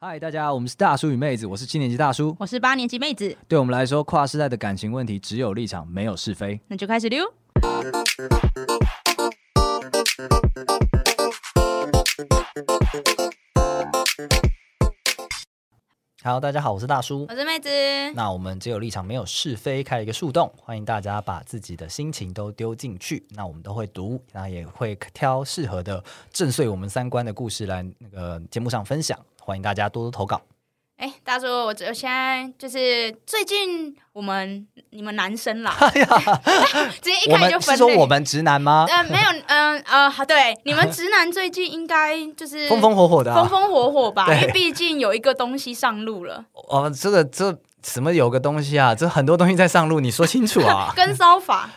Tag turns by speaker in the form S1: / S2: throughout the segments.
S1: 嗨，大家，我们是大叔与妹子，我是七年级大叔。
S2: 我是八年级妹子，
S1: 对我们来说，跨世代的感情问题只有立场，没有是非。
S2: 那就开始溜。
S1: Hello，大家好，我是大叔
S2: 我。是妹子，
S1: 那我们只有立场，没有是非，开了一个树洞，欢迎大家把自己的心情都丢进去。那我们都会读，那也会挑适合的震碎我们三观的故事来那个节目上分享。欢迎大家多多投稿。
S2: 哎、大叔，我我现在就是最近我们你们男 生啦，
S1: 哎呀，
S2: 直接一
S1: 我
S2: 开始就
S1: 们
S2: 分
S1: 是
S2: 类。
S1: 说我们直男吗？
S2: 呃没有，嗯呃好，对，你们直男最近应该就是
S1: 风风火火的、啊，
S2: 风风火火吧，
S1: 对
S2: 因为毕竟有一个东西上路了，。
S1: 哦，这个这什么有个东西啊，这很多东西在上路，你说清楚啊
S2: 跟 骚法，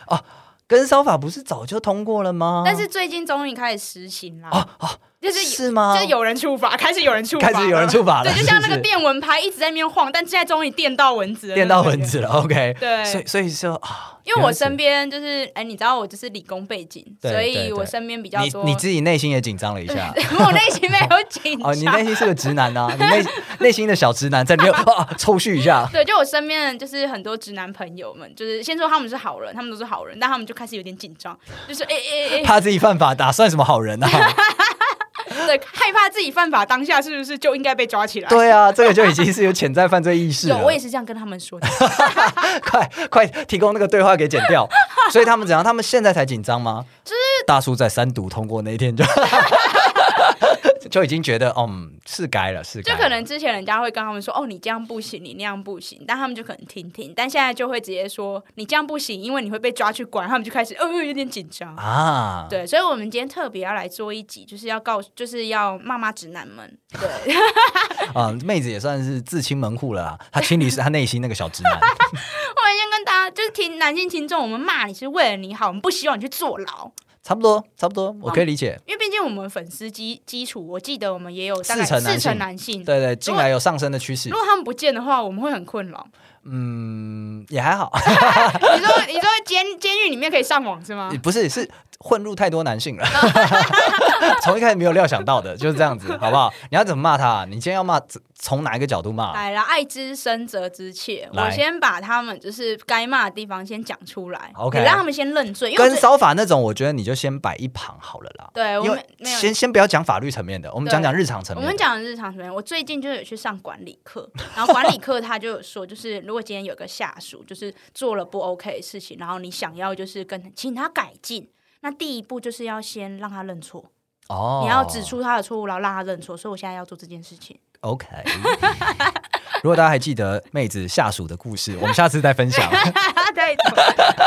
S1: 跟骚法不是早就通过了吗？
S2: 但是最近终于开始实行啦，
S1: 啊啊，
S2: 就是有。
S1: 是吗？
S2: 就是有人触法，开始有人触法，
S1: 开始有人触法了
S2: 对，就像那
S1: 是不
S2: 个
S1: 是
S2: 电蚊拍一直在那边晃，但现在终于电到蚊子了，
S1: 电到蚊子了，OK。
S2: 对
S1: 所以所以说啊，
S2: 因为我
S1: 原来是
S2: 身边就是，哎，你知道我就是理工背景，
S1: 对
S2: 所
S1: 对
S2: 以
S1: 对
S2: 我身边比较多。。
S1: 你你自己内心也紧张了一下
S2: 我内心没有紧张。
S1: 哦，你内心是个直男 呐、啊，你内内心的小直男在里面啊，抽蓄一下。
S2: 对，就我身边的就是很多直男朋友们，就是先说他们是好人，他们都是好人，但他们就开始有点紧张，就是哎哎
S1: 怕自己犯法，打算什么好人 啊？
S2: 哎，对，害怕自己犯法，当下是不是就应该被抓起来？
S1: 对啊，这个就已经是有啊潜在犯罪意识
S2: 有，
S1: 了。
S2: 我也是这样跟他们说的。
S1: 快快提供那个对话给剪掉。所以他们怎样？他们现在才紧张吗？就是大叔在三读通过那一天就 就已经觉得，嗯，是该了，是该
S2: 就
S1: 了。
S2: 可能之前人家会跟他们说，哦，你这样不行，你那样不行，但他们就可能听听，但现在就会直接说你这样不行，因为你会被抓去关，他们就开始，哦，有点紧张。
S1: 啊，
S2: 对，所以，我们今天特别要来做一集，就是要告，就是要骂骂直男们。对，
S1: 啊、妹子也算是自清门户了啦。她清理是她内心那个小直 男。
S2: 我们先跟大家，就是听男性听众，我们骂你是为了你好，我们不希望你去坐牢，
S1: 差不多，差不多，我
S2: 嗯
S1: 可以理解。
S2: 因为毕竟我们粉丝基基础，我记得我们也有大
S1: 四
S2: 概
S1: 成男
S2: 四成
S1: 性
S2: 男性。
S1: 对对，近来有上升的趋势
S2: 如，果他们不见的话，我们会很困扰。
S1: 嗯，也还
S2: 啊
S1: 好，
S2: 你说，你说监监狱里面可以上网是吗？
S1: 不是是混入太多男性了， 从一开始没有料想到的，就是这样子，好不好？你要怎么骂他、你今天要骂，从哪一个角度骂、
S2: 来啦，爱之深责之切。
S1: 来
S2: 我先把他们就是该骂的地方先讲出来
S1: OK
S2: 你让他们先认罪。因为我
S1: 跟
S2: 最
S1: 骚法那种，我觉得你就先摆一旁好了啦。
S2: 对我
S1: 因
S2: 们
S1: 为
S2: 没有
S1: 先先不要讲法律层面的，我们
S2: 对
S1: 讲讲日常层
S2: 我
S1: 面的。
S2: 们讲日常层面，我最近就有去上管理课，然后管理课他就有说，就是如果今天有个下属就是做了不 OK 的事情，然后你想要就是跟请他改进，那第一步就是要先让他认错，
S1: 哦，
S2: 你要指出他的错误，然后让他认错。所以我现在要做这件事情。
S1: OK。如果大家还记得妹子下属的故事，我们下次再分 享。
S2: 对，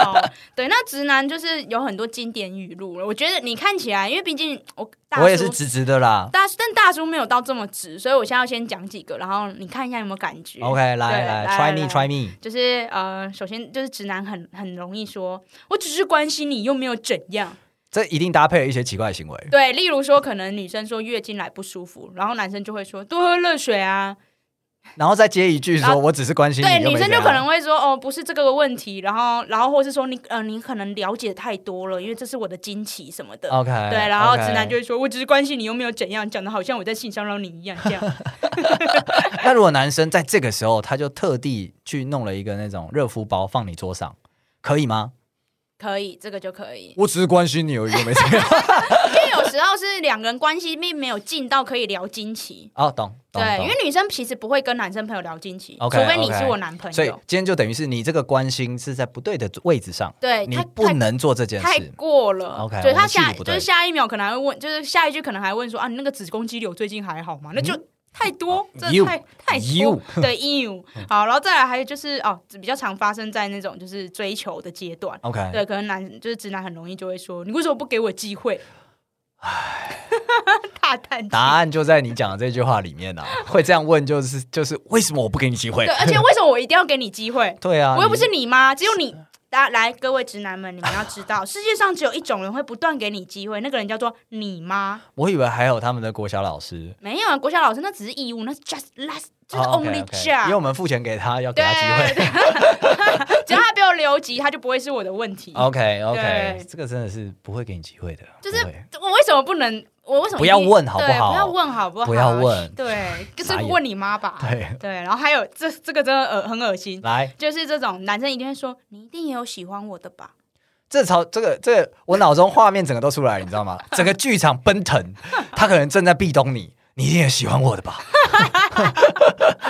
S2: 哦，对，那直男就是有很多经典语录了。我觉得你看起来，因为毕竟我大叔
S1: 我也是直直的啦。
S2: 大叔，但大叔没有到这么直，所以我现在要先讲几个，然后你看一下有没有感觉。
S1: OK，来
S2: 嗯对
S1: 来
S2: 来
S1: ，try
S2: 来
S1: me，try me。
S2: 就是呃，首先就是直男很很容易说，我只是关心你，又没有怎样。
S1: 这一定搭配了一些奇怪的行为。
S2: 对，例如说，可能女生说月经来不舒服，然后男生就会说多喝热水啊。
S1: 然后再接一句
S2: 然
S1: 说：“我只是关心你。”
S2: 对，
S1: 又没
S2: 女生
S1: 怎
S2: 就
S1: 样
S2: 可能会说哦，不是这个问题，然后然后或是说你呃，你可能了解太多了，因为这是我的惊奇什么的。
S1: OK。
S2: 对，然后
S1: OK
S2: 直男就会说我只是关心你，又没有怎样，讲的好像我在性骚扰你一样， 这样。
S1: 那如果男生在这个时候，他就特地去弄了一个那种热敷包放你桌上，可以吗？
S2: 可以，这个就可以。
S1: 我只是关心你而已，我没怎样。
S2: 因为有时候是两个人关系并没有近到可以聊惊奇，
S1: 哦，懂懂
S2: 对，
S1: 懂
S2: 因为。女生其实不会跟男生朋友聊经期
S1: OK，
S2: 除非你
S1: OK
S2: 是我男朋
S1: 所以
S2: 友。
S1: 今天就等于是你这个关心是在不对的位置上，
S2: 对，
S1: 你
S2: 太
S1: 不
S2: 太
S1: 能做这件
S2: 太
S1: 事。
S2: 过了。
S1: OK，
S2: 对
S1: 我
S2: 他
S1: 们去
S2: 下
S1: 也不
S2: 就是
S1: 对
S2: 下一秒可能还会问，就是下一句可能还问说啊，你那个子宫肌瘤最近还好吗？那就。太多，这
S1: 嗯哦，you，
S2: 太太多
S1: you，嗯
S2: 对 you 好，然后再来还有就是哦，比较常发生在那种就是追求的阶段，
S1: OK，
S2: 对，可能男就是直男很容易就会说，你为什么不给我机会？ 大叹气
S1: 答，案就在你讲的这句话里 面啊。会这样问就是就是为什么我不给你机会
S2: 对，？而且为什么我一定要给你机会？
S1: 对啊，
S2: 我又不
S1: 你
S2: 是你妈，只有你。大家来，各位直男们，你们要知 道，世界上只有一种人会不断给你机会，那个人叫做你妈。
S1: 我以为还有他们的国小老师。
S2: 没有啊，国小老师那只是义务，那是 just last，就是
S1: 哦，OK，OK
S2: only
S1: 因为我
S2: job。
S1: 们付钱给他，要给
S2: 对
S1: 他机 会。
S2: 只要他不要留级，他就不会是我的问题。
S1: OK
S2: 对
S1: OK，这个真的是不会给你机会的。
S2: 就是
S1: 不会
S2: 我为什么不能？我为什么
S1: 不要问好不
S2: 不
S1: 好
S2: 不要问好不好？
S1: 不要问
S2: 对，就是
S1: 傻眼
S2: 问你妈吧。
S1: 对，
S2: 然后还有这这个真的呃很恶心，
S1: 来，
S2: 就是这种男生一定会说你一定也有喜欢我的吧？
S1: 这朝这个这个我脑中画面整个都出来了，你知道 吗？整个剧场奔腾，他可能正在壁咚你，你一定也喜欢我的 吧？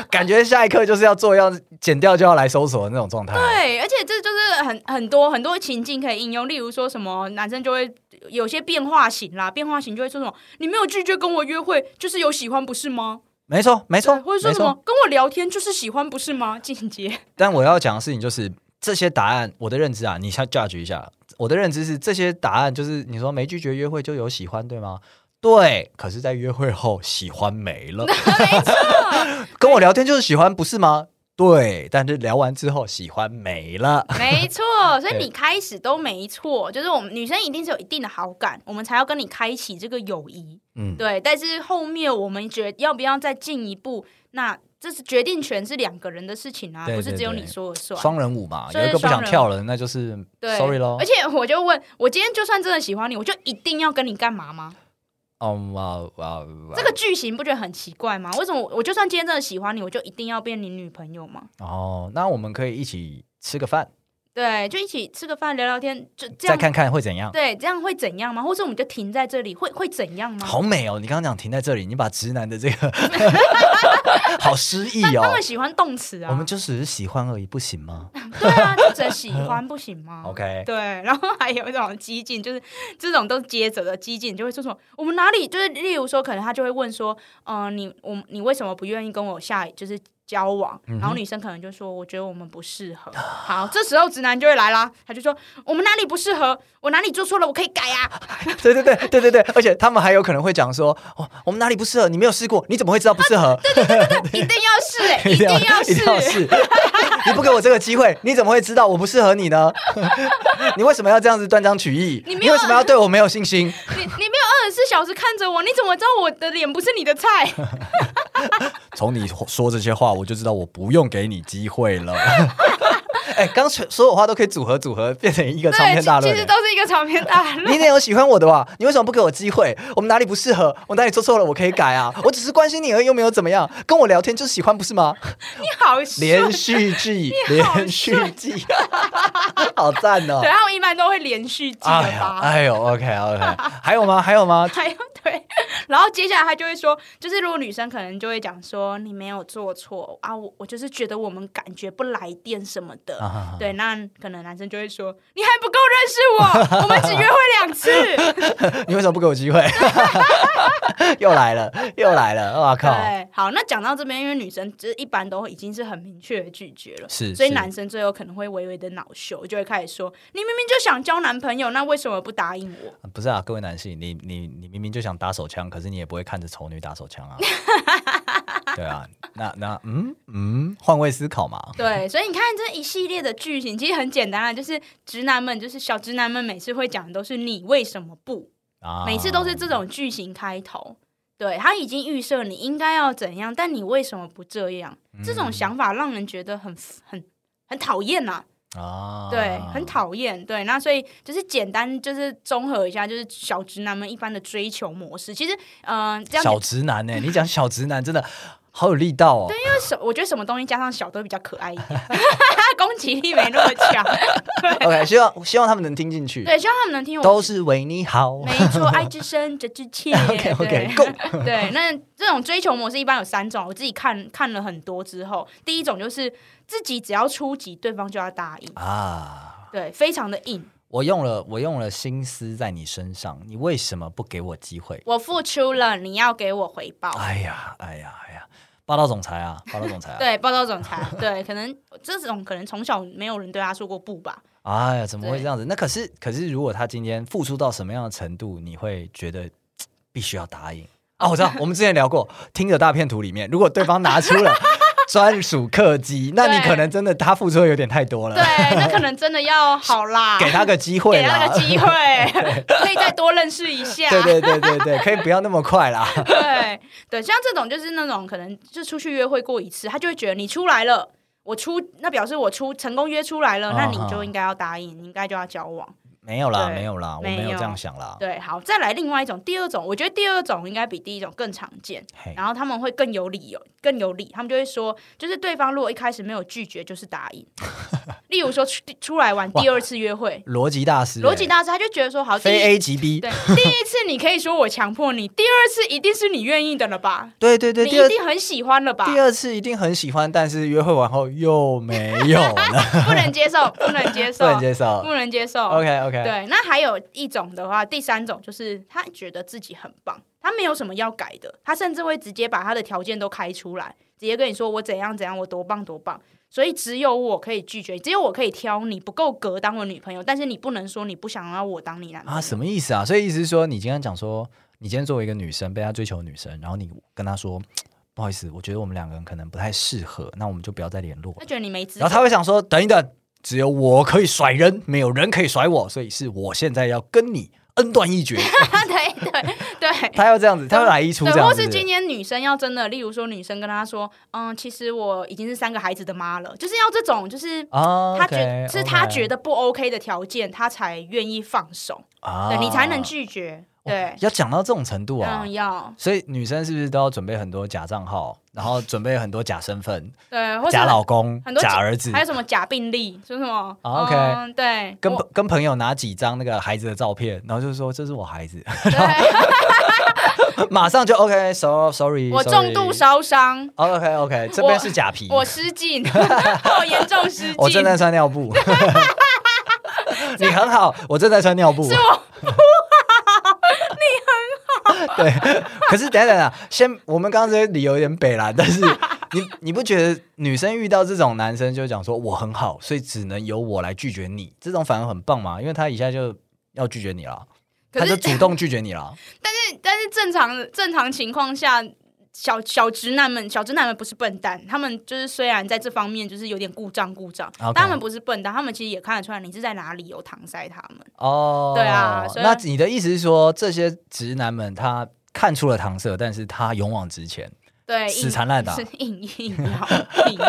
S1: 感觉下一刻就是要做要剪掉就要来搜索的那种状态。
S2: 对，而且这就是很很多很多情境可以应用，例如说什么男生就会有些变化型啦，变化型就会说什么你没有拒绝跟我约会，就是有喜欢不是吗？
S1: 没错，没错，
S2: 对或者说
S1: 没
S2: 什
S1: 错
S2: 么跟我聊天就是喜欢不是吗？进阶
S1: 但我要讲的事情就是，这些答案，我的认知啊，你先 judge 一下。我的认知是，这些答案就是你说没拒绝约会就有喜欢，对吗？对，可是，在约会后喜欢没了。
S2: 没错，
S1: 跟我聊天就是喜欢，不是吗？对，但是聊完之后喜欢没了。
S2: 没错，所以你开始都没错，就是我们女生一定是有一定的好感，我们才要跟你开启这个友谊。
S1: 嗯，
S2: 对，但是后面我们决要不要再进一步，那这是决定权是两个人的事情啊，
S1: 对
S2: 不是
S1: 对
S2: 只有
S1: 对
S2: 你说了算。
S1: 双人舞嘛，
S2: 所以
S1: 有一个不
S2: 双
S1: 想
S2: 人
S1: 跳了，那就是
S2: 对
S1: sorry 咯
S2: 而。且我就问，我今天就算真的喜欢你，我就一定要跟你干嘛吗？
S1: 嗯哇哇哇
S2: 这个句型不觉得很奇怪吗？为什么我我就算今天真的喜欢你，我就一定要变你女朋友吗？
S1: 哦，那我们可以一起吃个饭，
S2: 对，就一起吃个饭聊聊天，就这
S1: 再
S2: 样。
S1: 看看会怎样。
S2: 对，这样会怎样吗？或者我们就停在这里，会会怎样吗？
S1: 好美哦！你刚刚讲停在这里，你把直男的这 个好诗意
S2: 但
S1: 哦。
S2: 他们喜欢动词啊，
S1: 我们就只是喜欢而已，不行吗
S2: 对啊，就只能喜欢不行 吗
S1: ？OK，
S2: 对，然后还有一种激进，就是这种都是接着的激进，就会说什么我们哪里就是，例如说，可能他就会问说，嗯、你我你为什么不愿意跟我下就是交往？
S1: 嗯
S2: 然后女生可能就说，我觉得我们不适合。好，这时候直男就会来啦，他就说我们哪里不适合，我哪里做错了，我可以 改啊。
S1: 对对对对对对，而且他们还有可能会讲说，哦，我们哪里不适合？你没有试过，你怎么会知道不适合？
S2: 一定要试、欸，啊一定要
S1: 一定要
S2: 试。
S1: 试， 你不给我这个机会，你怎么会知道我不适合你呢？ 你为什么要这样子断章取义？
S2: 你
S1: 你
S2: 没有啊
S1: 为什么要对我没有信心？
S2: 你你没有二十四小时看着我，你怎么知道我的脸不是你 的菜？
S1: 从你说这些话，我就知道我不用给你机会了。 哎，刚所所有话都可以组合组合，变成一个长
S2: 对，
S1: 篇大
S2: 其
S1: 论
S2: 其
S1: 欸。
S2: 实都是一个长篇大 论。
S1: 你也有喜欢我的吧？你为什么不给我机会？我们哪里不适合？我哪里做错了？我可以改啊！我只是关心你而已，又没有怎么样。跟我聊天就是喜欢，不是 吗？
S2: 你好帅
S1: 连续剧，连续剧， 好赞哦
S2: 对，！他们一般都会连续记
S1: 哎
S2: 得
S1: 呦，
S2: 吧。
S1: 哎呦，OK OK，还有吗？还有吗？
S2: 还有对， 然后接下来他就会说，就是如果女生可能就会讲说你没有做错啊，我我就是觉得我们感觉不来电什么的，
S1: 啊哈哈
S2: 对，那可能男生就会说你还不够认识我，我们只约会两次，
S1: 你为什么不给我机会？ 又来了，又来了！哇 靠！
S2: 对，好，那讲到这边，因为女生就是一般都已经是很明确的拒绝了，
S1: 是
S2: 所以
S1: 是
S2: 男生最后可能会微微的恼羞，就会开始说你明明就想交男朋友，那为什么不答应我？
S1: 不是啊，各位男性，你你你明明就想打手枪，可是你也不会看着丑女打手枪 啊。对啊，那那嗯嗯，换位思考嘛。
S2: 对，所以你看这一系列的剧情，其实很简单啊，就是直男们，就是小直男们，每次会讲的都是你为什么不，
S1: 啊，
S2: 每次都是这种剧情开头。对他已经预设你应该要怎样，但你为什么不这样？
S1: 嗯
S2: 这种想法让人觉得很很很讨厌呐、
S1: 啊，
S2: 嗯对，很讨厌。对，那所以就是简单，就是综合一下，就是小直男们一般的追求模式。其实，嗯、这样
S1: 小直男呢、你讲小直男真的好有力 道哦。
S2: 因为什，我觉得什么东西加上小都比较可爱一点， 攻击力没那么 强。
S1: OK，希望希望他们能听进去，
S2: 对，希望他们能听我们
S1: 都是为你好。
S2: 没错，爱之深，责之切。
S1: OK OK
S2: 对
S1: Go，
S2: 对，那这种追求模式一般有三种，我自己看看了很多之后，第一种就是自己只要出击，对方就要答应，
S1: 啊！
S2: 对，非常的硬，
S1: 我用了我用了心思在你身上，你为什么不给我机会？
S2: 我付出了，你要给我回报。
S1: 哎呀，哎呀，哎呀，霸道总裁啊，霸道总裁啊！
S2: 对，报道总裁，对，可能这种可能从小没有人对他说过不 吧，
S1: 哎呀，怎么会
S2: 对
S1: 这样子？那可是可是，如果他今天付出到什么样的程度，你会觉得嘖必须要答应啊？我知道，我们之前聊过《听着大片图》里面，如果对方拿出 了专属客机，那你
S2: 对
S1: 可能真的他付出的有点太多
S2: 对
S1: 了，，
S2: 那可能真的要好啦，
S1: 给他个机会
S2: 给
S1: 啦
S2: 他个。机啊会，可以再多认识一下，
S1: 对对对对对，可以不要那么快啦。
S2: 对对，像这种就是那种可能就出去约会过一次，他就会觉得你出来了，我出那表示我出成功约出来了，那你
S1: 啊哈
S2: 就应该要答应，你应该就要交往。
S1: 没有啦，
S2: 对
S1: 没有啦，我
S2: 没
S1: 没有
S2: 有
S1: 这样想啦。
S2: 对，好，再来另外一种，第二种，我觉得第二种应该比第一种更常见，
S1: 嘿，
S2: 然后他们会更有理由，更有理，他们就会说，就是对方如果一开始没有拒绝，就是答 应。例如说出出来玩第二次约会，
S1: 逻辑大师、欸，欸
S2: 逻辑大师他就觉得说，好，第
S1: 非
S2: 一
S1: A 即 B，
S2: 对第一次你可以说我强迫你，第二次一定是你愿意的了吧？
S1: 对对对，
S2: 你
S1: 第二
S2: 一定很喜欢了吧？
S1: 第二次一定很喜欢，但是约会完后又没有了，
S2: 不能接受，不能接
S1: 不
S2: 受，
S1: 能接受。
S2: 不能接受。
S1: OK OK，
S2: 对，那还有一种的话，第三种就是他觉得自己很棒，他没有什么要改的，他甚至会直接把他的条件都开出来，直接跟你说我怎样怎样，我多棒多棒。所以只有我可以拒绝，只有我可以挑你不够格当我女朋友，但是你不能说你不想要我当你男朋友。
S1: 啊，什么意思啊？所以意思是说，你今天讲说，你今天作为一个女生被他追求的女生，然后你跟他说，不好意思，我觉得我们两个人可能不太适合，那我们就不要再联络了
S2: 他。觉得你没资
S1: 然
S2: 格
S1: 后。他会想说，等一等，只有我可以甩人，没有人可以甩我，所以是我现在要跟你恩断 义绝。
S2: 对对对。
S1: 他要这样子，他会来一出
S2: 对
S1: 这，样
S2: 或
S1: 子
S2: 是。今天女生要真的，例如说女生跟他说，嗯，其实我已经是三个孩子的妈了，就是要这种，就是
S1: 啊，
S2: 他觉得
S1: OK，
S2: 是他
S1: OK
S2: 觉得不 OK 的条件，他才愿意放手，
S1: 啊，
S2: 对你才能拒绝。对，
S1: 要讲到这种程度啊
S2: 嗯，，要
S1: 所以女生是不是都要准备很多假账号，然后准备很多假身份、
S2: 对，或者
S1: 假老公
S2: 很、多
S1: 假
S2: 假
S1: 儿子
S2: 还，有什么假病例，说什么
S1: 啊，OK
S2: 嗯对，
S1: 跟
S2: 我
S1: 跟朋友拿几张那个孩子的照片，然后就说这是我孩子，
S2: 对
S1: 马上就 OK so sorry，
S2: 我重度烧伤，
S1: OK OK，这边是假皮，
S2: 我失 禁， 我严重失
S1: 我正
S2: 禁，
S1: 在穿尿 布，你很好，我正在穿尿布，是
S2: 我
S1: 不好，你很好， 对，可是等一下等等，先我们刚刚这些理由有点北啦，但 是你你不觉得女生遇到这种男生就讲说我很好，所以只能由我来拒绝你，这种反而很棒嘛，因为他一下就要拒绝你了，
S2: 可
S1: 他就是主动拒绝你了。
S2: 但是正常正常情况下。小小直男们，小直男们不是笨蛋，他们就是虽然在这方面就是有点故障故障
S1: OK
S2: 但他们不是笨蛋，他们其实也看得出来你是在哪里有搪塞他们。
S1: 哦，
S2: 对啊所以
S1: 那你的意思是说，这些直男们他看出了搪塞，但是他勇往直前，
S2: 对，
S1: 死
S2: 哎硬
S1: 缠烂打
S2: 是硬硬要硬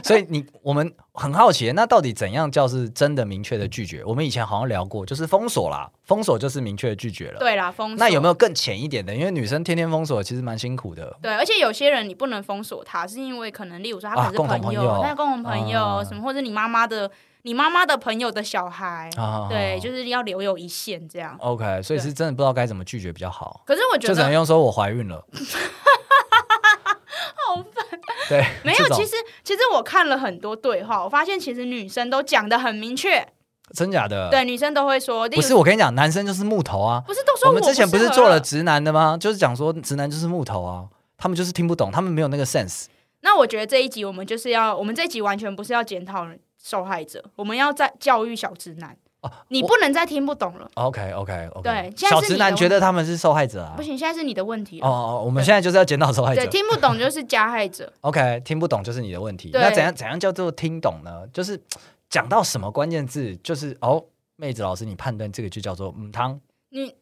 S1: 所以你我们很好奇，那到底怎样叫是真的明确的拒绝？我们以前好像聊过，就是封锁啦，封锁就是明确的拒绝了。，
S2: 对啦，封锁。
S1: 那有没
S2: 有？
S1: 有更浅一点的？因为女生天天封锁其实蛮辛苦的。
S2: 对，而且有些人你不能封锁他，是因为可能，例如说
S1: 啊
S2: 他可能是
S1: 共同
S2: 朋
S1: 朋
S2: 友
S1: 友，
S2: 那共同朋友
S1: 啊
S2: 什么，或者你妈妈的，你妈妈的朋友的小孩，
S1: 啊
S2: 对，就是要留有一线这样。
S1: OK，所以是真的不知道该怎么拒绝比较好，
S2: 可是我觉
S1: 就只能
S2: 得
S1: 用说我怀 孕了。好烦。对，
S2: 没有
S1: 这，种
S2: 其实其实我看了很多对话，我发现其实女生都讲的很明确，
S1: 真假的。
S2: 对，女生都会说，
S1: 呃
S2: 例
S1: 不
S2: 如
S1: 是我跟你讲，男生就是木头啊。
S2: 不是都说
S1: 我们之前不
S2: 不适
S1: 是
S2: 合啊
S1: 做了？直男的吗？就是讲说直男就是木头啊，他们就是听不懂，他们没有那个 sense。
S2: 那我觉得这一集我们就是要，我们这一集完全不是要检讨受害者，我们要在教育小直男，
S1: 哦
S2: 你
S1: 我
S2: 不能再听不懂了。
S1: OK OK OK，
S2: 对现在
S1: 小
S2: 是
S1: 直
S2: 你的
S1: 男
S2: 问
S1: 觉得他们是受害者啊
S2: 不。行，现在是你的问题了。
S1: 哦哦，我们现在就是要检讨受害
S2: 对，
S1: 者。
S2: 听不懂就是加害者。
S1: OK，听不懂就是你的问题。
S2: 对
S1: 那怎样怎样叫做听懂呢？就是讲到什么关键字，就是哦，妹子老师，你判断这个就叫做嗯汤。
S2: 你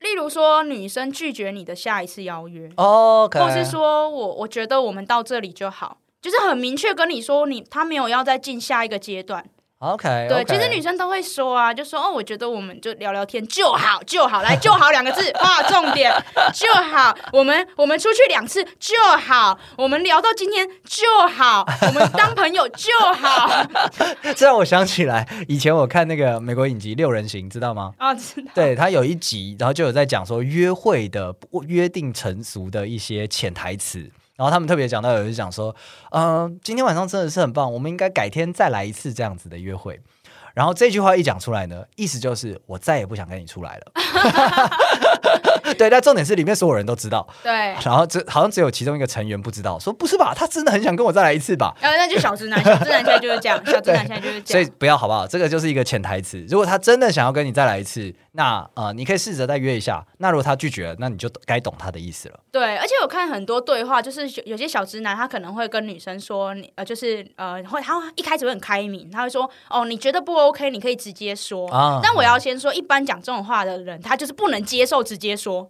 S2: 例如说，女生拒绝你的下一次邀约，
S1: 哦 OK，
S2: 或是说我我觉得我们到这里就好，就是很明确跟你说你，他没有要再进下一个阶段。
S1: OK，
S2: 对，其实女生都会说啊，就说哦，我觉得我们就聊聊天就好，就好，来就好两个字，画重点就好。我们我们出去两次就好，我们聊到今天就好，我们当朋友就好。
S1: 这让我想起来，以前我看那个美国影集《六人行》，知道吗？
S2: 啊，真的，
S1: 对他有一集，然后就有在讲说约会的约定成俗的一些潜台词。然后他们特别讲到，有人讲说，嗯、今天晚上真的是很棒，我们应该改天再来一次这样子的约会。然后这句话一讲出来呢，意思就是我再也不想跟你出来了。 对，但重点是里面所有人都知道，
S2: 对，
S1: 然后只好像只有其中一个成员不知道，说不是吧？他真的很想跟我再来一次吧？
S2: 然后呃那就小直男，小直男现在就是这样，小直男现在就是这
S1: 所以
S2: 样。
S1: 不要好不好？这个就是一个潜台词。如果他真的想要跟你再来一次，那呃，你可以试着再约一下。那如果他拒绝了，那你就该懂他的意思了。
S2: 对，而且我看很多对话，就是有有些小直男他可能会跟女生说，你呃，就是呃，会他一开始会很开明，他会说，哦，你觉得不 OK，你可以直接说。
S1: 啊
S2: 但我要先说，一般讲这种话的人，他就是不能接受直接说。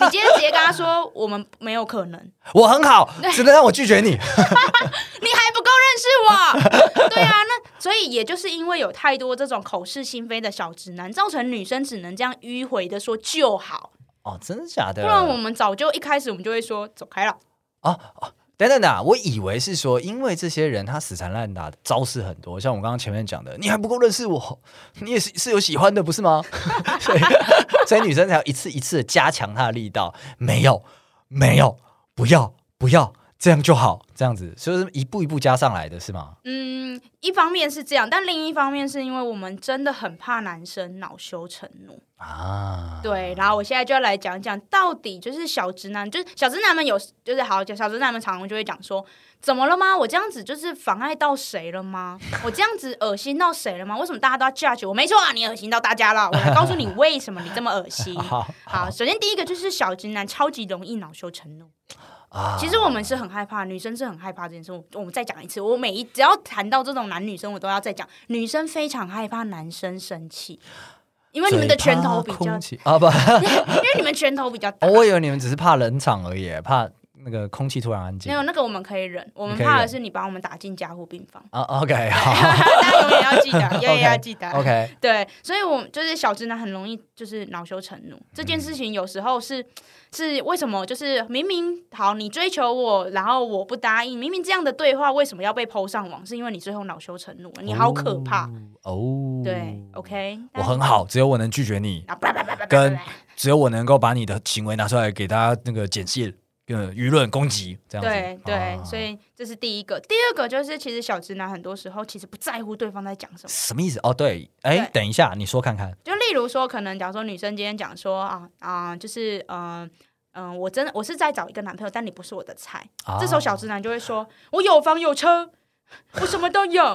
S2: 你今天直接跟他说，我们没有可能，
S1: 我 很好，只能让我拒绝你。
S2: 你还不够认识我。对啊，那所以也就是因为有太多这种口是心非的小直男，造成女生只能这样迂回的说就好，
S1: 哦，真的假的？
S2: 不然我们早就一开始我们就会说走开了。
S1: 哦哦，等等等啊，我以为是说，因为这些人他死缠烂打，招式很多，像我刚刚前面讲的，你还不够认识我，你也是是有喜欢的，不是吗？ 所以，所以女生才要一次一次的加强她的力道，没有，没有，不要，不要，这样就好，这样子，所以是一步一步加上来的，是吗？
S2: 嗯，一方面是这样，但另一方面是因为我们真的很怕男生恼羞成怒。
S1: 啊，
S2: 对，然后我现在就要来讲讲，到底就是小直男，就是小直男们有，就是好小直男们常常就会讲说，怎么了吗？我这样子就是妨碍到谁了吗？我这样子恶心到谁了吗？为什么大家都要 judge 我？没错啊，你恶心到大家了。我来告诉你为什么你这么恶心。
S1: 好
S2: 好，首先第一个就是小直男超级容易恼羞成怒。
S1: 啊，
S2: 其实我们是很害怕，女生是很害怕这件事。我我们再讲一次，我每一只要谈到这种男女生，我都要再讲，女生非常害怕男生生气，因为你们的拳头比
S1: 啊嘴
S2: 较
S1: 巴空气啊不、
S2: 因为你们拳头比较大。
S1: 哦我以为你们只是怕冷场而已，怕那个空气突然安静。
S2: 没有那个我们可以忍，我们
S1: 你可以
S2: 怕的
S1: 忍。
S2: 是你把我们打进加护病房
S1: 啊，OK，好
S2: 大家永远要 记得，永远要记得。
S1: ，OK。
S2: 对，所以我就是小直男很容易就是恼羞成怒这件事情，有时候是是为什么？就是明明好你追求我，然后我不答应，明明这样的对话为什么要被抛上网？是因为你最后恼羞成怒，你好可怕。
S1: 哦。
S2: 对，OK，
S1: 我很好，只有我能拒绝你，
S2: 啊，叭叭叭叭叭
S1: 跟
S2: 叭叭
S1: 只有我能够把你的行为拿出来给大家那个检视、呃舆论攻击这样子。啊
S2: 对对，所
S1: 以
S2: 以这是第一个。第二个就是，其实小直男很多时候其实不在乎对方在讲什么。
S1: 什么意思？哦，对，哎，
S2: 对
S1: 等一下，你说看看。
S2: 就例如说，可能假如说女生今天讲说啊啊、就是嗯嗯、我真的我是在找一个男朋友，但你不是我的菜。
S1: 啊
S2: 这时候小直男就会说：“我有房有车，我什么都有，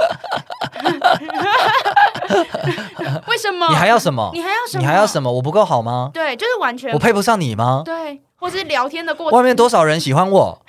S2: 为什么
S1: 你还要什么？
S2: 你还要什么？
S1: 你还要什么？我不够好吗？
S2: 对，就是完全
S1: 我配不上你吗？
S2: 对，或是聊天的过程，
S1: 外面多少人喜欢 我？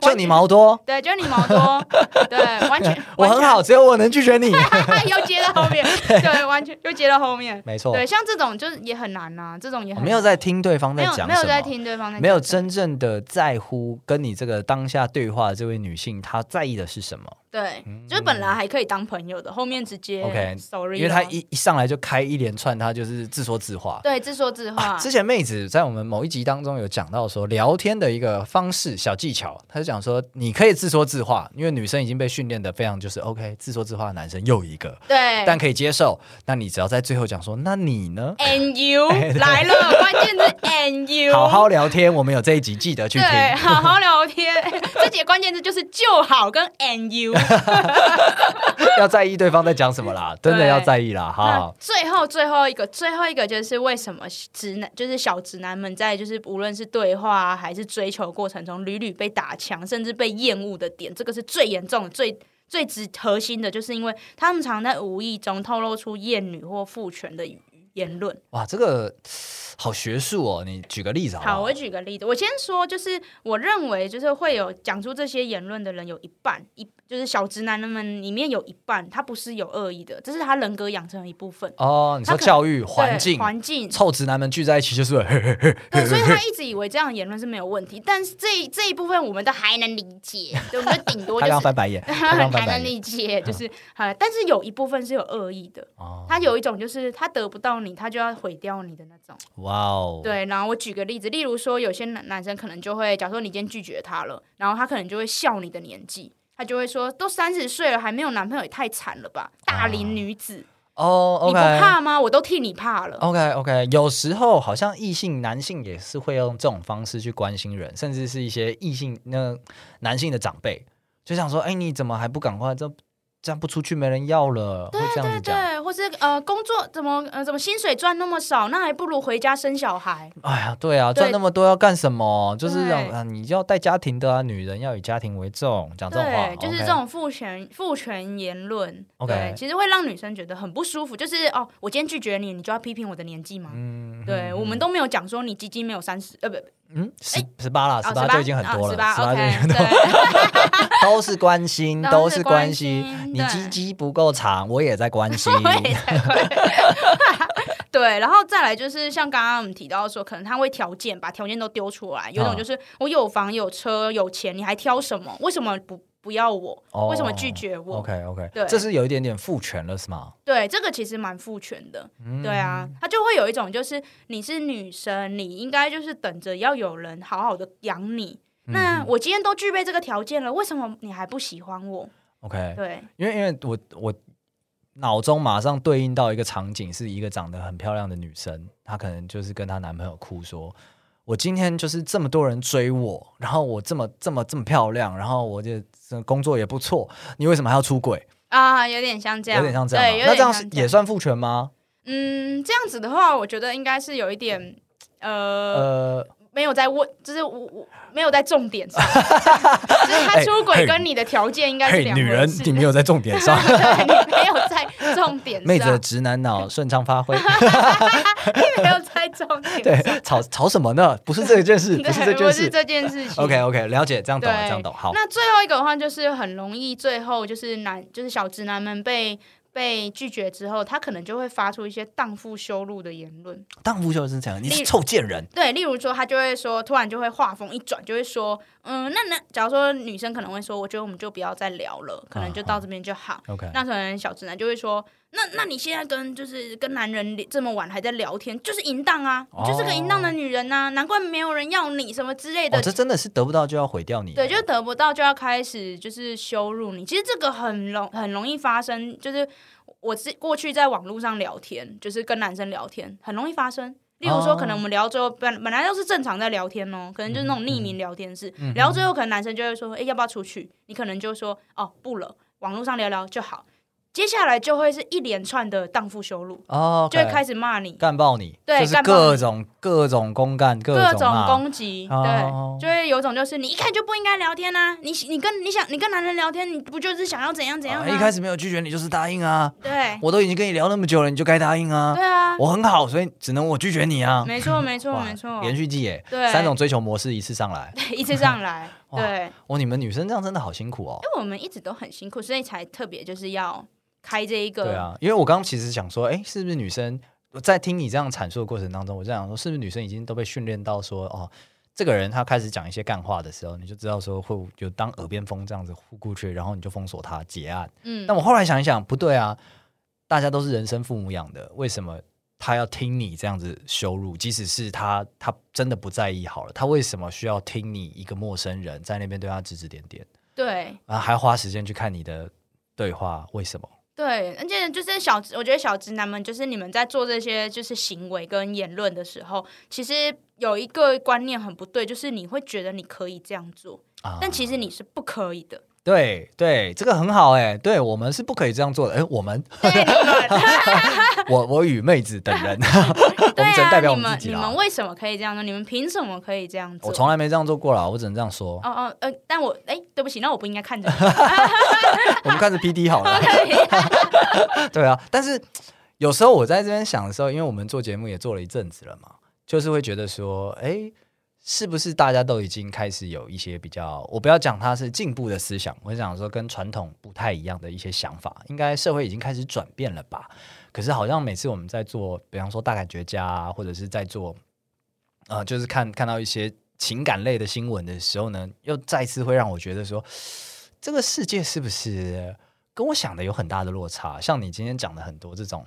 S1: 就
S2: 完
S1: 你
S2: 全
S1: 毛多，
S2: 对，就是你毛多，对，完全
S1: 我很好，，只有我能拒绝 你。
S2: 完全又接到 后面，对，完全又接到后面，
S1: 没错，
S2: 对，像这种就是也很难呐、这种也
S1: 我
S2: 很
S1: 没有
S2: 难
S1: 在听对方
S2: 没
S1: 在
S2: 有
S1: 讲
S2: 没有
S1: 什
S2: 在
S1: 么。
S2: 听对方在
S1: 没有
S2: 讲什么
S1: 真正的在乎跟你这个当下对话的这位女性，她在意的是什么？
S2: 对，就是本来还可以当朋友的，后面直接
S1: 嗯 OK，
S2: sorry，啊
S1: 因为她
S2: 咯
S1: 一一上来就开一连串，她就是自说自话。
S2: 对自说自话，
S1: 啊之前妹子在我们某一集当中有讲到说，聊天的一个方式小技巧，她就讲说，你可以自说自话，因为女生已经被训练的非常就是 OK，自说自话的男生又一个，
S2: 对，
S1: 但可以接受。那你只要在最后讲说，那你呢？
S2: and you 来了，关键字 and you，
S1: 好好聊天，我们有这一集记得去听。
S2: 哎对，好好聊天， 这几个关键字就是就好跟 and you，
S1: 要在意对方在讲什么 啦，真的
S2: 对
S1: 要在意啦，
S2: 那
S1: 哈。
S2: 最后最后一个最后一个就是为什么直男就是小直男们在就是无论是对话、啊、还是追求过程中屡屡被打枪，甚至被厌恶的点，这个是最严重的最。最直核心的就是因为他们常在无意中透露出厌女或父权的语言论。
S1: 哇，这个好学术哦，你举个例子好不
S2: 好，
S1: 好？
S2: 我举个例子，我先说，就是我认为，就是会有讲出这些言论的人，有一半一就是小直男们里面有一半，他不是有恶意的，这是他人格养成的一部分。
S1: 哦，你说
S2: 他可能
S1: 教育
S2: 对
S1: 环境，
S2: 环境，
S1: 臭直男们聚在一起就是 会嘿嘿嘿
S2: 对，所以 他一直以为这样的言论是没有问题，但是这一这一部分我们都还能理解，对，我们就顶多
S1: 他
S2: 就
S1: 刚
S2: 是
S1: 翻白眼，他刚
S2: 还
S1: 翻白
S2: 能
S1: 眼。
S2: 理 解，就是呃，但是有一部分是有恶意的，
S1: 哦，
S2: 他有一种就是他得不到你，他就要毁掉你的那种。
S1: 哇哦，
S2: 对，然后我举个例子，例如说有些男男生可能就会，假如说你今天拒绝他了，然后他可能就会笑你的年纪，他就会说都三十岁了还没有男朋友也太惨了吧，大龄女子，
S1: 哦
S2: 你不
S1: ，OK。哦
S2: 怕吗？我都替你怕了。
S1: OK OK，有时候好像异性男性也是会用这种方式去关心人，甚至是一些异性那男性的长辈，就想说，哎，你怎么还不赶快这这样不出去没人要了？会这样子
S2: 对
S1: 讲，
S2: 对，或是呃，工作怎么呃怎么薪水赚那么少，那还不如回家生小孩。
S1: 哎呀，对啊，
S2: 对
S1: 赚那么多要干什么？就是让
S2: 对
S1: 啊，你要带家庭的啊，女人要以家庭为重，讲这种话
S2: 对，，就是
S1: OK
S2: 这种父权父权言论
S1: OK
S2: 对，其实会让女生觉得很不舒服。就是哦，我今天拒绝你，你就要批评我的年纪吗？
S1: 嗯
S2: 对，我们都没有讲说你鸡鸡没有三十，呃，不，
S1: 嗯，十十八啦，十
S2: 哦，
S1: 八就已经很多了，
S2: 十
S1: 十
S2: 八
S1: 八就已经
S2: OK，
S1: 很多了，
S2: 对，
S1: 都是关心，
S2: 都
S1: 都
S2: 是
S1: 是
S2: 关
S1: 关
S2: 心
S1: 心。你
S2: 对
S1: 鸡鸡不够长，我也在关心。
S2: 我也在关 对，然后再来就是像刚刚我们提到说，可能他会条件把条件都丢出来，
S1: 嗯
S2: 有种就是我有房有车有钱，你还挑什么？为什么不不要我？
S1: 哦
S2: 为什么拒绝我？
S1: OK OK，
S2: 对
S1: 这是有一点点父权了，是吗？
S2: 对，这个其实蛮父权的，
S1: 嗯
S2: 对啊，他就会有一种就是你是女生，你应该就是等着要有人好好的养你。
S1: 嗯
S2: 那我今天都具备这个条件了，为什么你还不喜欢我？
S1: OK，
S2: 对，
S1: 因为因为我我脑中马上对应到一个场景，是一个长得很漂亮的女生，她可能就是跟她男朋友哭说：“我今天就是这么多人追我，然后我这么这么这么漂亮，然后我就这工作也不错，你为什么还要出轨？”
S2: 啊，有点像这样，
S1: 哎有点像这样
S2: 对，有
S1: 吗，
S2: 点
S1: 那这样
S2: 像
S1: 是也算父权吗？
S2: 嗯，这样子的话，我觉得应该是有一点，呃，
S1: 呃，
S2: 没有在问，就是我我没有在重点上，就是他出轨跟你的条件应该是
S1: 哎 嘿，
S2: 两
S1: 女
S2: 回
S1: 人
S2: 事，，
S1: 你没有在重点上
S2: 啊对你没有在重点
S1: 妹子的
S2: 上，
S1: 直男脑顺畅发挥。
S2: 没有在重 点
S1: 对
S2: 上，，
S1: 吵吵什么呢？不是这件事，
S2: 对
S1: 不是这件
S2: 不是
S1: 事。
S2: 这 件事情。
S1: OK OK，了解，这样懂了，
S2: 对
S1: 这样懂。好，
S2: 那最后一个的话，就是很容易，最后就是男，就是小直男们被被拒绝之后，他可能就会发出一些荡妇羞辱的言论。
S1: 荡妇就是这样，你
S2: 例
S1: 是臭贱人。
S2: 对，例如说，他就会说，突然就会话锋一转，就会说，嗯，那那，假如说女生可能会说，我觉得我们就不要再聊了，可能就
S1: 啊
S2: 到这边就好。
S1: OK，
S2: 那可能小直男就会说，那那你现在跟就是跟男人这么晚还在聊天，就是淫荡啊，你就是个淫荡的女人呐、难怪没有人要你什么之类的
S1: 哦，。这真的是得不到就要毁掉你。
S2: 对，就得不到就要开始就是羞辱你，其实这个很容很容易发生，就是我是过去在网络上聊天，就是跟男生聊天，很容易发生。例如说，
S1: 哦
S2: 可能我们聊到最后本本来都是正常在聊天哦，可能就是那种匿名聊天室，聊到最后可能男生就会说，哎、要不要出去？你可能就说，哦，不了，网络上聊聊就好。接下来就会是一连串的荡妇羞辱，
S1: 哦，
S2: 就会开始骂你，
S1: 干爆你，
S2: 对
S1: 就是
S2: 干爆你
S1: 各种各种公干，各
S2: 各
S1: 种
S2: 种
S1: 骂
S2: 攻击，
S1: 哦
S2: 对，就会有种就是你一看就不应该聊天啊，你你跟你想你跟男人聊天，你不就是想要怎样怎样
S1: 啊
S2: 吗？
S1: 一开始没有拒绝你就是答应啊，
S2: 对
S1: 我都已经跟你聊那么久了，你就该答应啊。
S2: 对啊，
S1: 我很好，所以只能我拒绝你啊。
S2: 没错没错
S1: 哇
S2: 没错，
S1: 连续剧耶，
S2: 对
S1: 三种追求模式一次上来。
S2: 对 一次上来，
S1: 哇
S2: 对，因
S1: 哦，你们女生这样真的好辛苦哦。
S2: 为我们一直都很辛苦，所以才特别就是要开这一个，
S1: 对啊，因为我刚刚其实想说，哎，是不是女生在听你这样阐述的过程当中，我在想说，是不是女生已经都被训练到说，哦，这个人他开始讲一些干话的时候，你就知道说会有当耳边风这样子呼过去，然后你就封锁他结案。
S2: 嗯
S1: 但，我后来想一想，不对啊，大家都是人生父母养的，为什么？他要听你这样子羞辱，即使是他，他真的不在意好了，他为什么需要听你一个陌生人在那边对他指指点点，
S2: 对
S1: 然后还花时间去看你的对话？为什么？
S2: 对，而且就是小，我觉得小直男们就是你们在做这些就是行为跟言论的时候，其实有一个观念很不对，就是你会觉得你可以这样做，
S1: 啊
S2: 但其实你是不可以的。
S1: 对对，这个很好哎、对我们是不可以这样做的。哎，我们
S2: 对你们，
S1: 我我与妹子等人， 我
S2: 对
S1: 们只能代表
S2: 啊，
S1: 我
S2: 你们
S1: 自己
S2: 你
S1: 啦。
S2: 们为什么可以这样做？你们凭什么可以这样做？
S1: 我从来没这样做过啦，我只能这样说。
S2: 哦哦呃，但我哎，对不起，那我不应该看着你。
S1: 我们看着 P D 好了。 对啊，但是有时候我在这边想的时候，因为我们做节目也做了一阵子了嘛，就是会觉得说，哎，是不是大家都已经开始有一些比较，我不要讲它是进步的思想，我想说跟传统不太一样的一些想法，应该社会已经开始转变了吧？可是好像每次我们在做，比方说大感觉家啊，或者是在做，呃，就是看看到一些情感类的新闻的时候呢，又再次会让我觉得说，这个世界是不是跟我想的有很大的落差？像你今天讲的很多这种，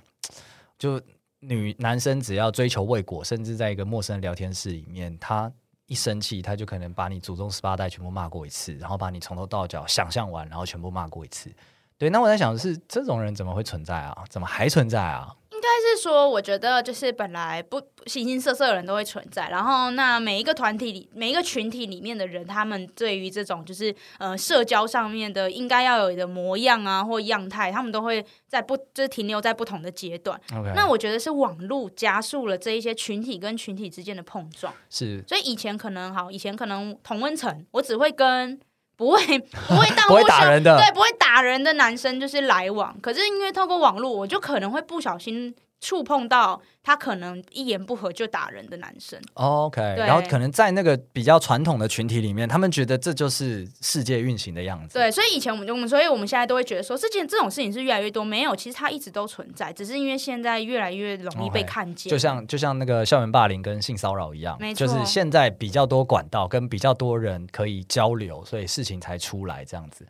S1: 就女男生只要追求未果，甚至在一个陌生的聊天室里面，他。一生气，他就可能把你祖宗十八代全部骂过一次，然后把你从头到脚想象完，然后全部骂过一次。对，那我在想的是，这种人怎么会存在啊？怎么还存在啊？
S2: 但是说，我觉得就是本来不不形形色色的人都会存在，然后那每一个团体里、每一个群体里面的人，他们对于这种就是呃社交上面的应该要有的模样啊或样态，他们都会在不就是停留在不同的阶段。
S1: OK，
S2: 那我觉得是网络加速了这一些群体跟群体之间的碰撞。
S1: 是
S2: 所以以前可能好，以前可能同温层，我只会跟不会 不会当
S1: 不会打人的
S2: 对不会打人的男生就是来往。可是因为透过网络，我就可能会不小心触碰到他可能一言不合就打人的男生，
S1: OK，
S2: 对
S1: 然后可能在那个比较传统的群体里面，他们觉得这就是世界运行的样子。
S2: 对，所以以前我们就我们，所以我们现在都会觉得说，这件这种事情是越来越多，没有，其实它一直都存在，只是因为现在越来越容易被
S1: OK，
S2: 看见，
S1: 就像就像那个校园霸凌跟性骚扰一样
S2: 没，错
S1: 就是现在比较多管道跟比较多人可以交流，所以事情才出来这样子。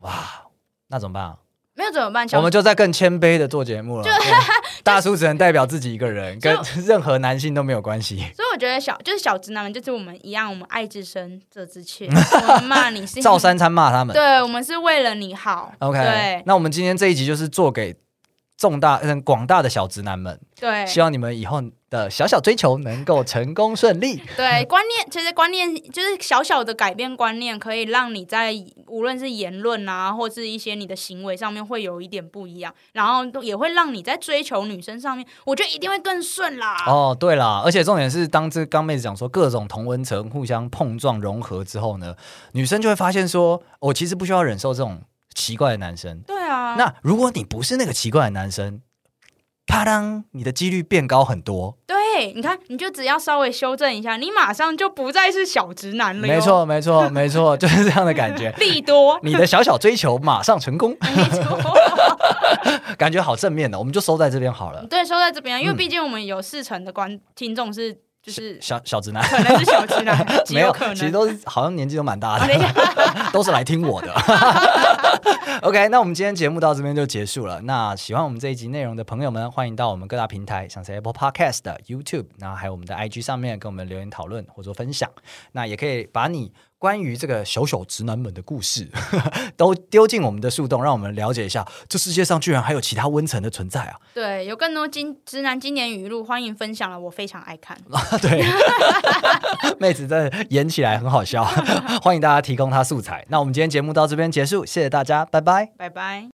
S1: 哇，那怎么办啊？
S2: 没有怎么办？小
S1: 我们就在更谦卑的做节目了。 对大叔只能代表自己一个人，跟 任何男性都没有关系。
S2: 所以我觉得小就是小直男们，就是我们一样，我们爱之深，责 之切，我们骂你是
S1: 照，三餐骂他们。
S2: 对我们是为了你好
S1: OK，
S2: 对
S1: 那我们今天这一集就是做给重大、嗯广大的小直男们。
S2: 对
S1: 希望你们以后的小小追求能够成功顺利。
S2: 对，观念其实观念就是小小的改变观念，可以让你在无论是言论啊，或是一些你的行为上面会有一点不一样，然后都也会让你在追求女生上面，我觉得一定会更顺啦。
S1: 哦，对啦，而且重点是，当这刚妹子讲说各种同温层互相碰撞融合之后呢，女生就会发现说，我、其实不需要忍受这种奇怪的男生。
S2: 对啊，
S1: 那如果你不是那个奇怪的男生，啪当，你的几率变高很多。
S2: 对，你看，你就只要稍微修正一下，你马上就不再是小直男了。
S1: 没，错，没错， 没错，就是这样的感 觉。
S2: 利 多，
S1: 你的小小追求马上成功，
S2: 没错。
S1: 感觉好正面的，我们就收在这边好了。
S2: 对，说在这边啊，因为毕竟我们有四成的观听众是就是
S1: 小小直男
S2: 可能是小直男， 极
S1: 嗯 没有
S2: 可，能。
S1: 其实都是好像年纪都蛮大
S2: 啊
S1: 的
S2: 等。一下
S1: 都是来听我的。OK，那我们今天节目到这边就结束了。那喜欢我们这一集内容的朋友们，欢迎到我们各大平台，像是 Apple Podcast、YouTube，然后还有我们的 IG 上面跟我们留言讨论或做分享。那也可以把你关于这个小小直男们的故事 都丢进我们的树洞，让我们了解一下这世界上居然还有其他温层的存在啊！
S2: 对，有更多经直男经典语录，欢迎分享了，我非常爱看。
S1: 对，妹子真的演起来很好笑，欢迎大家提供她素材。那我们今天节目到这边结束，谢谢大家，拜拜。
S2: 拜拜。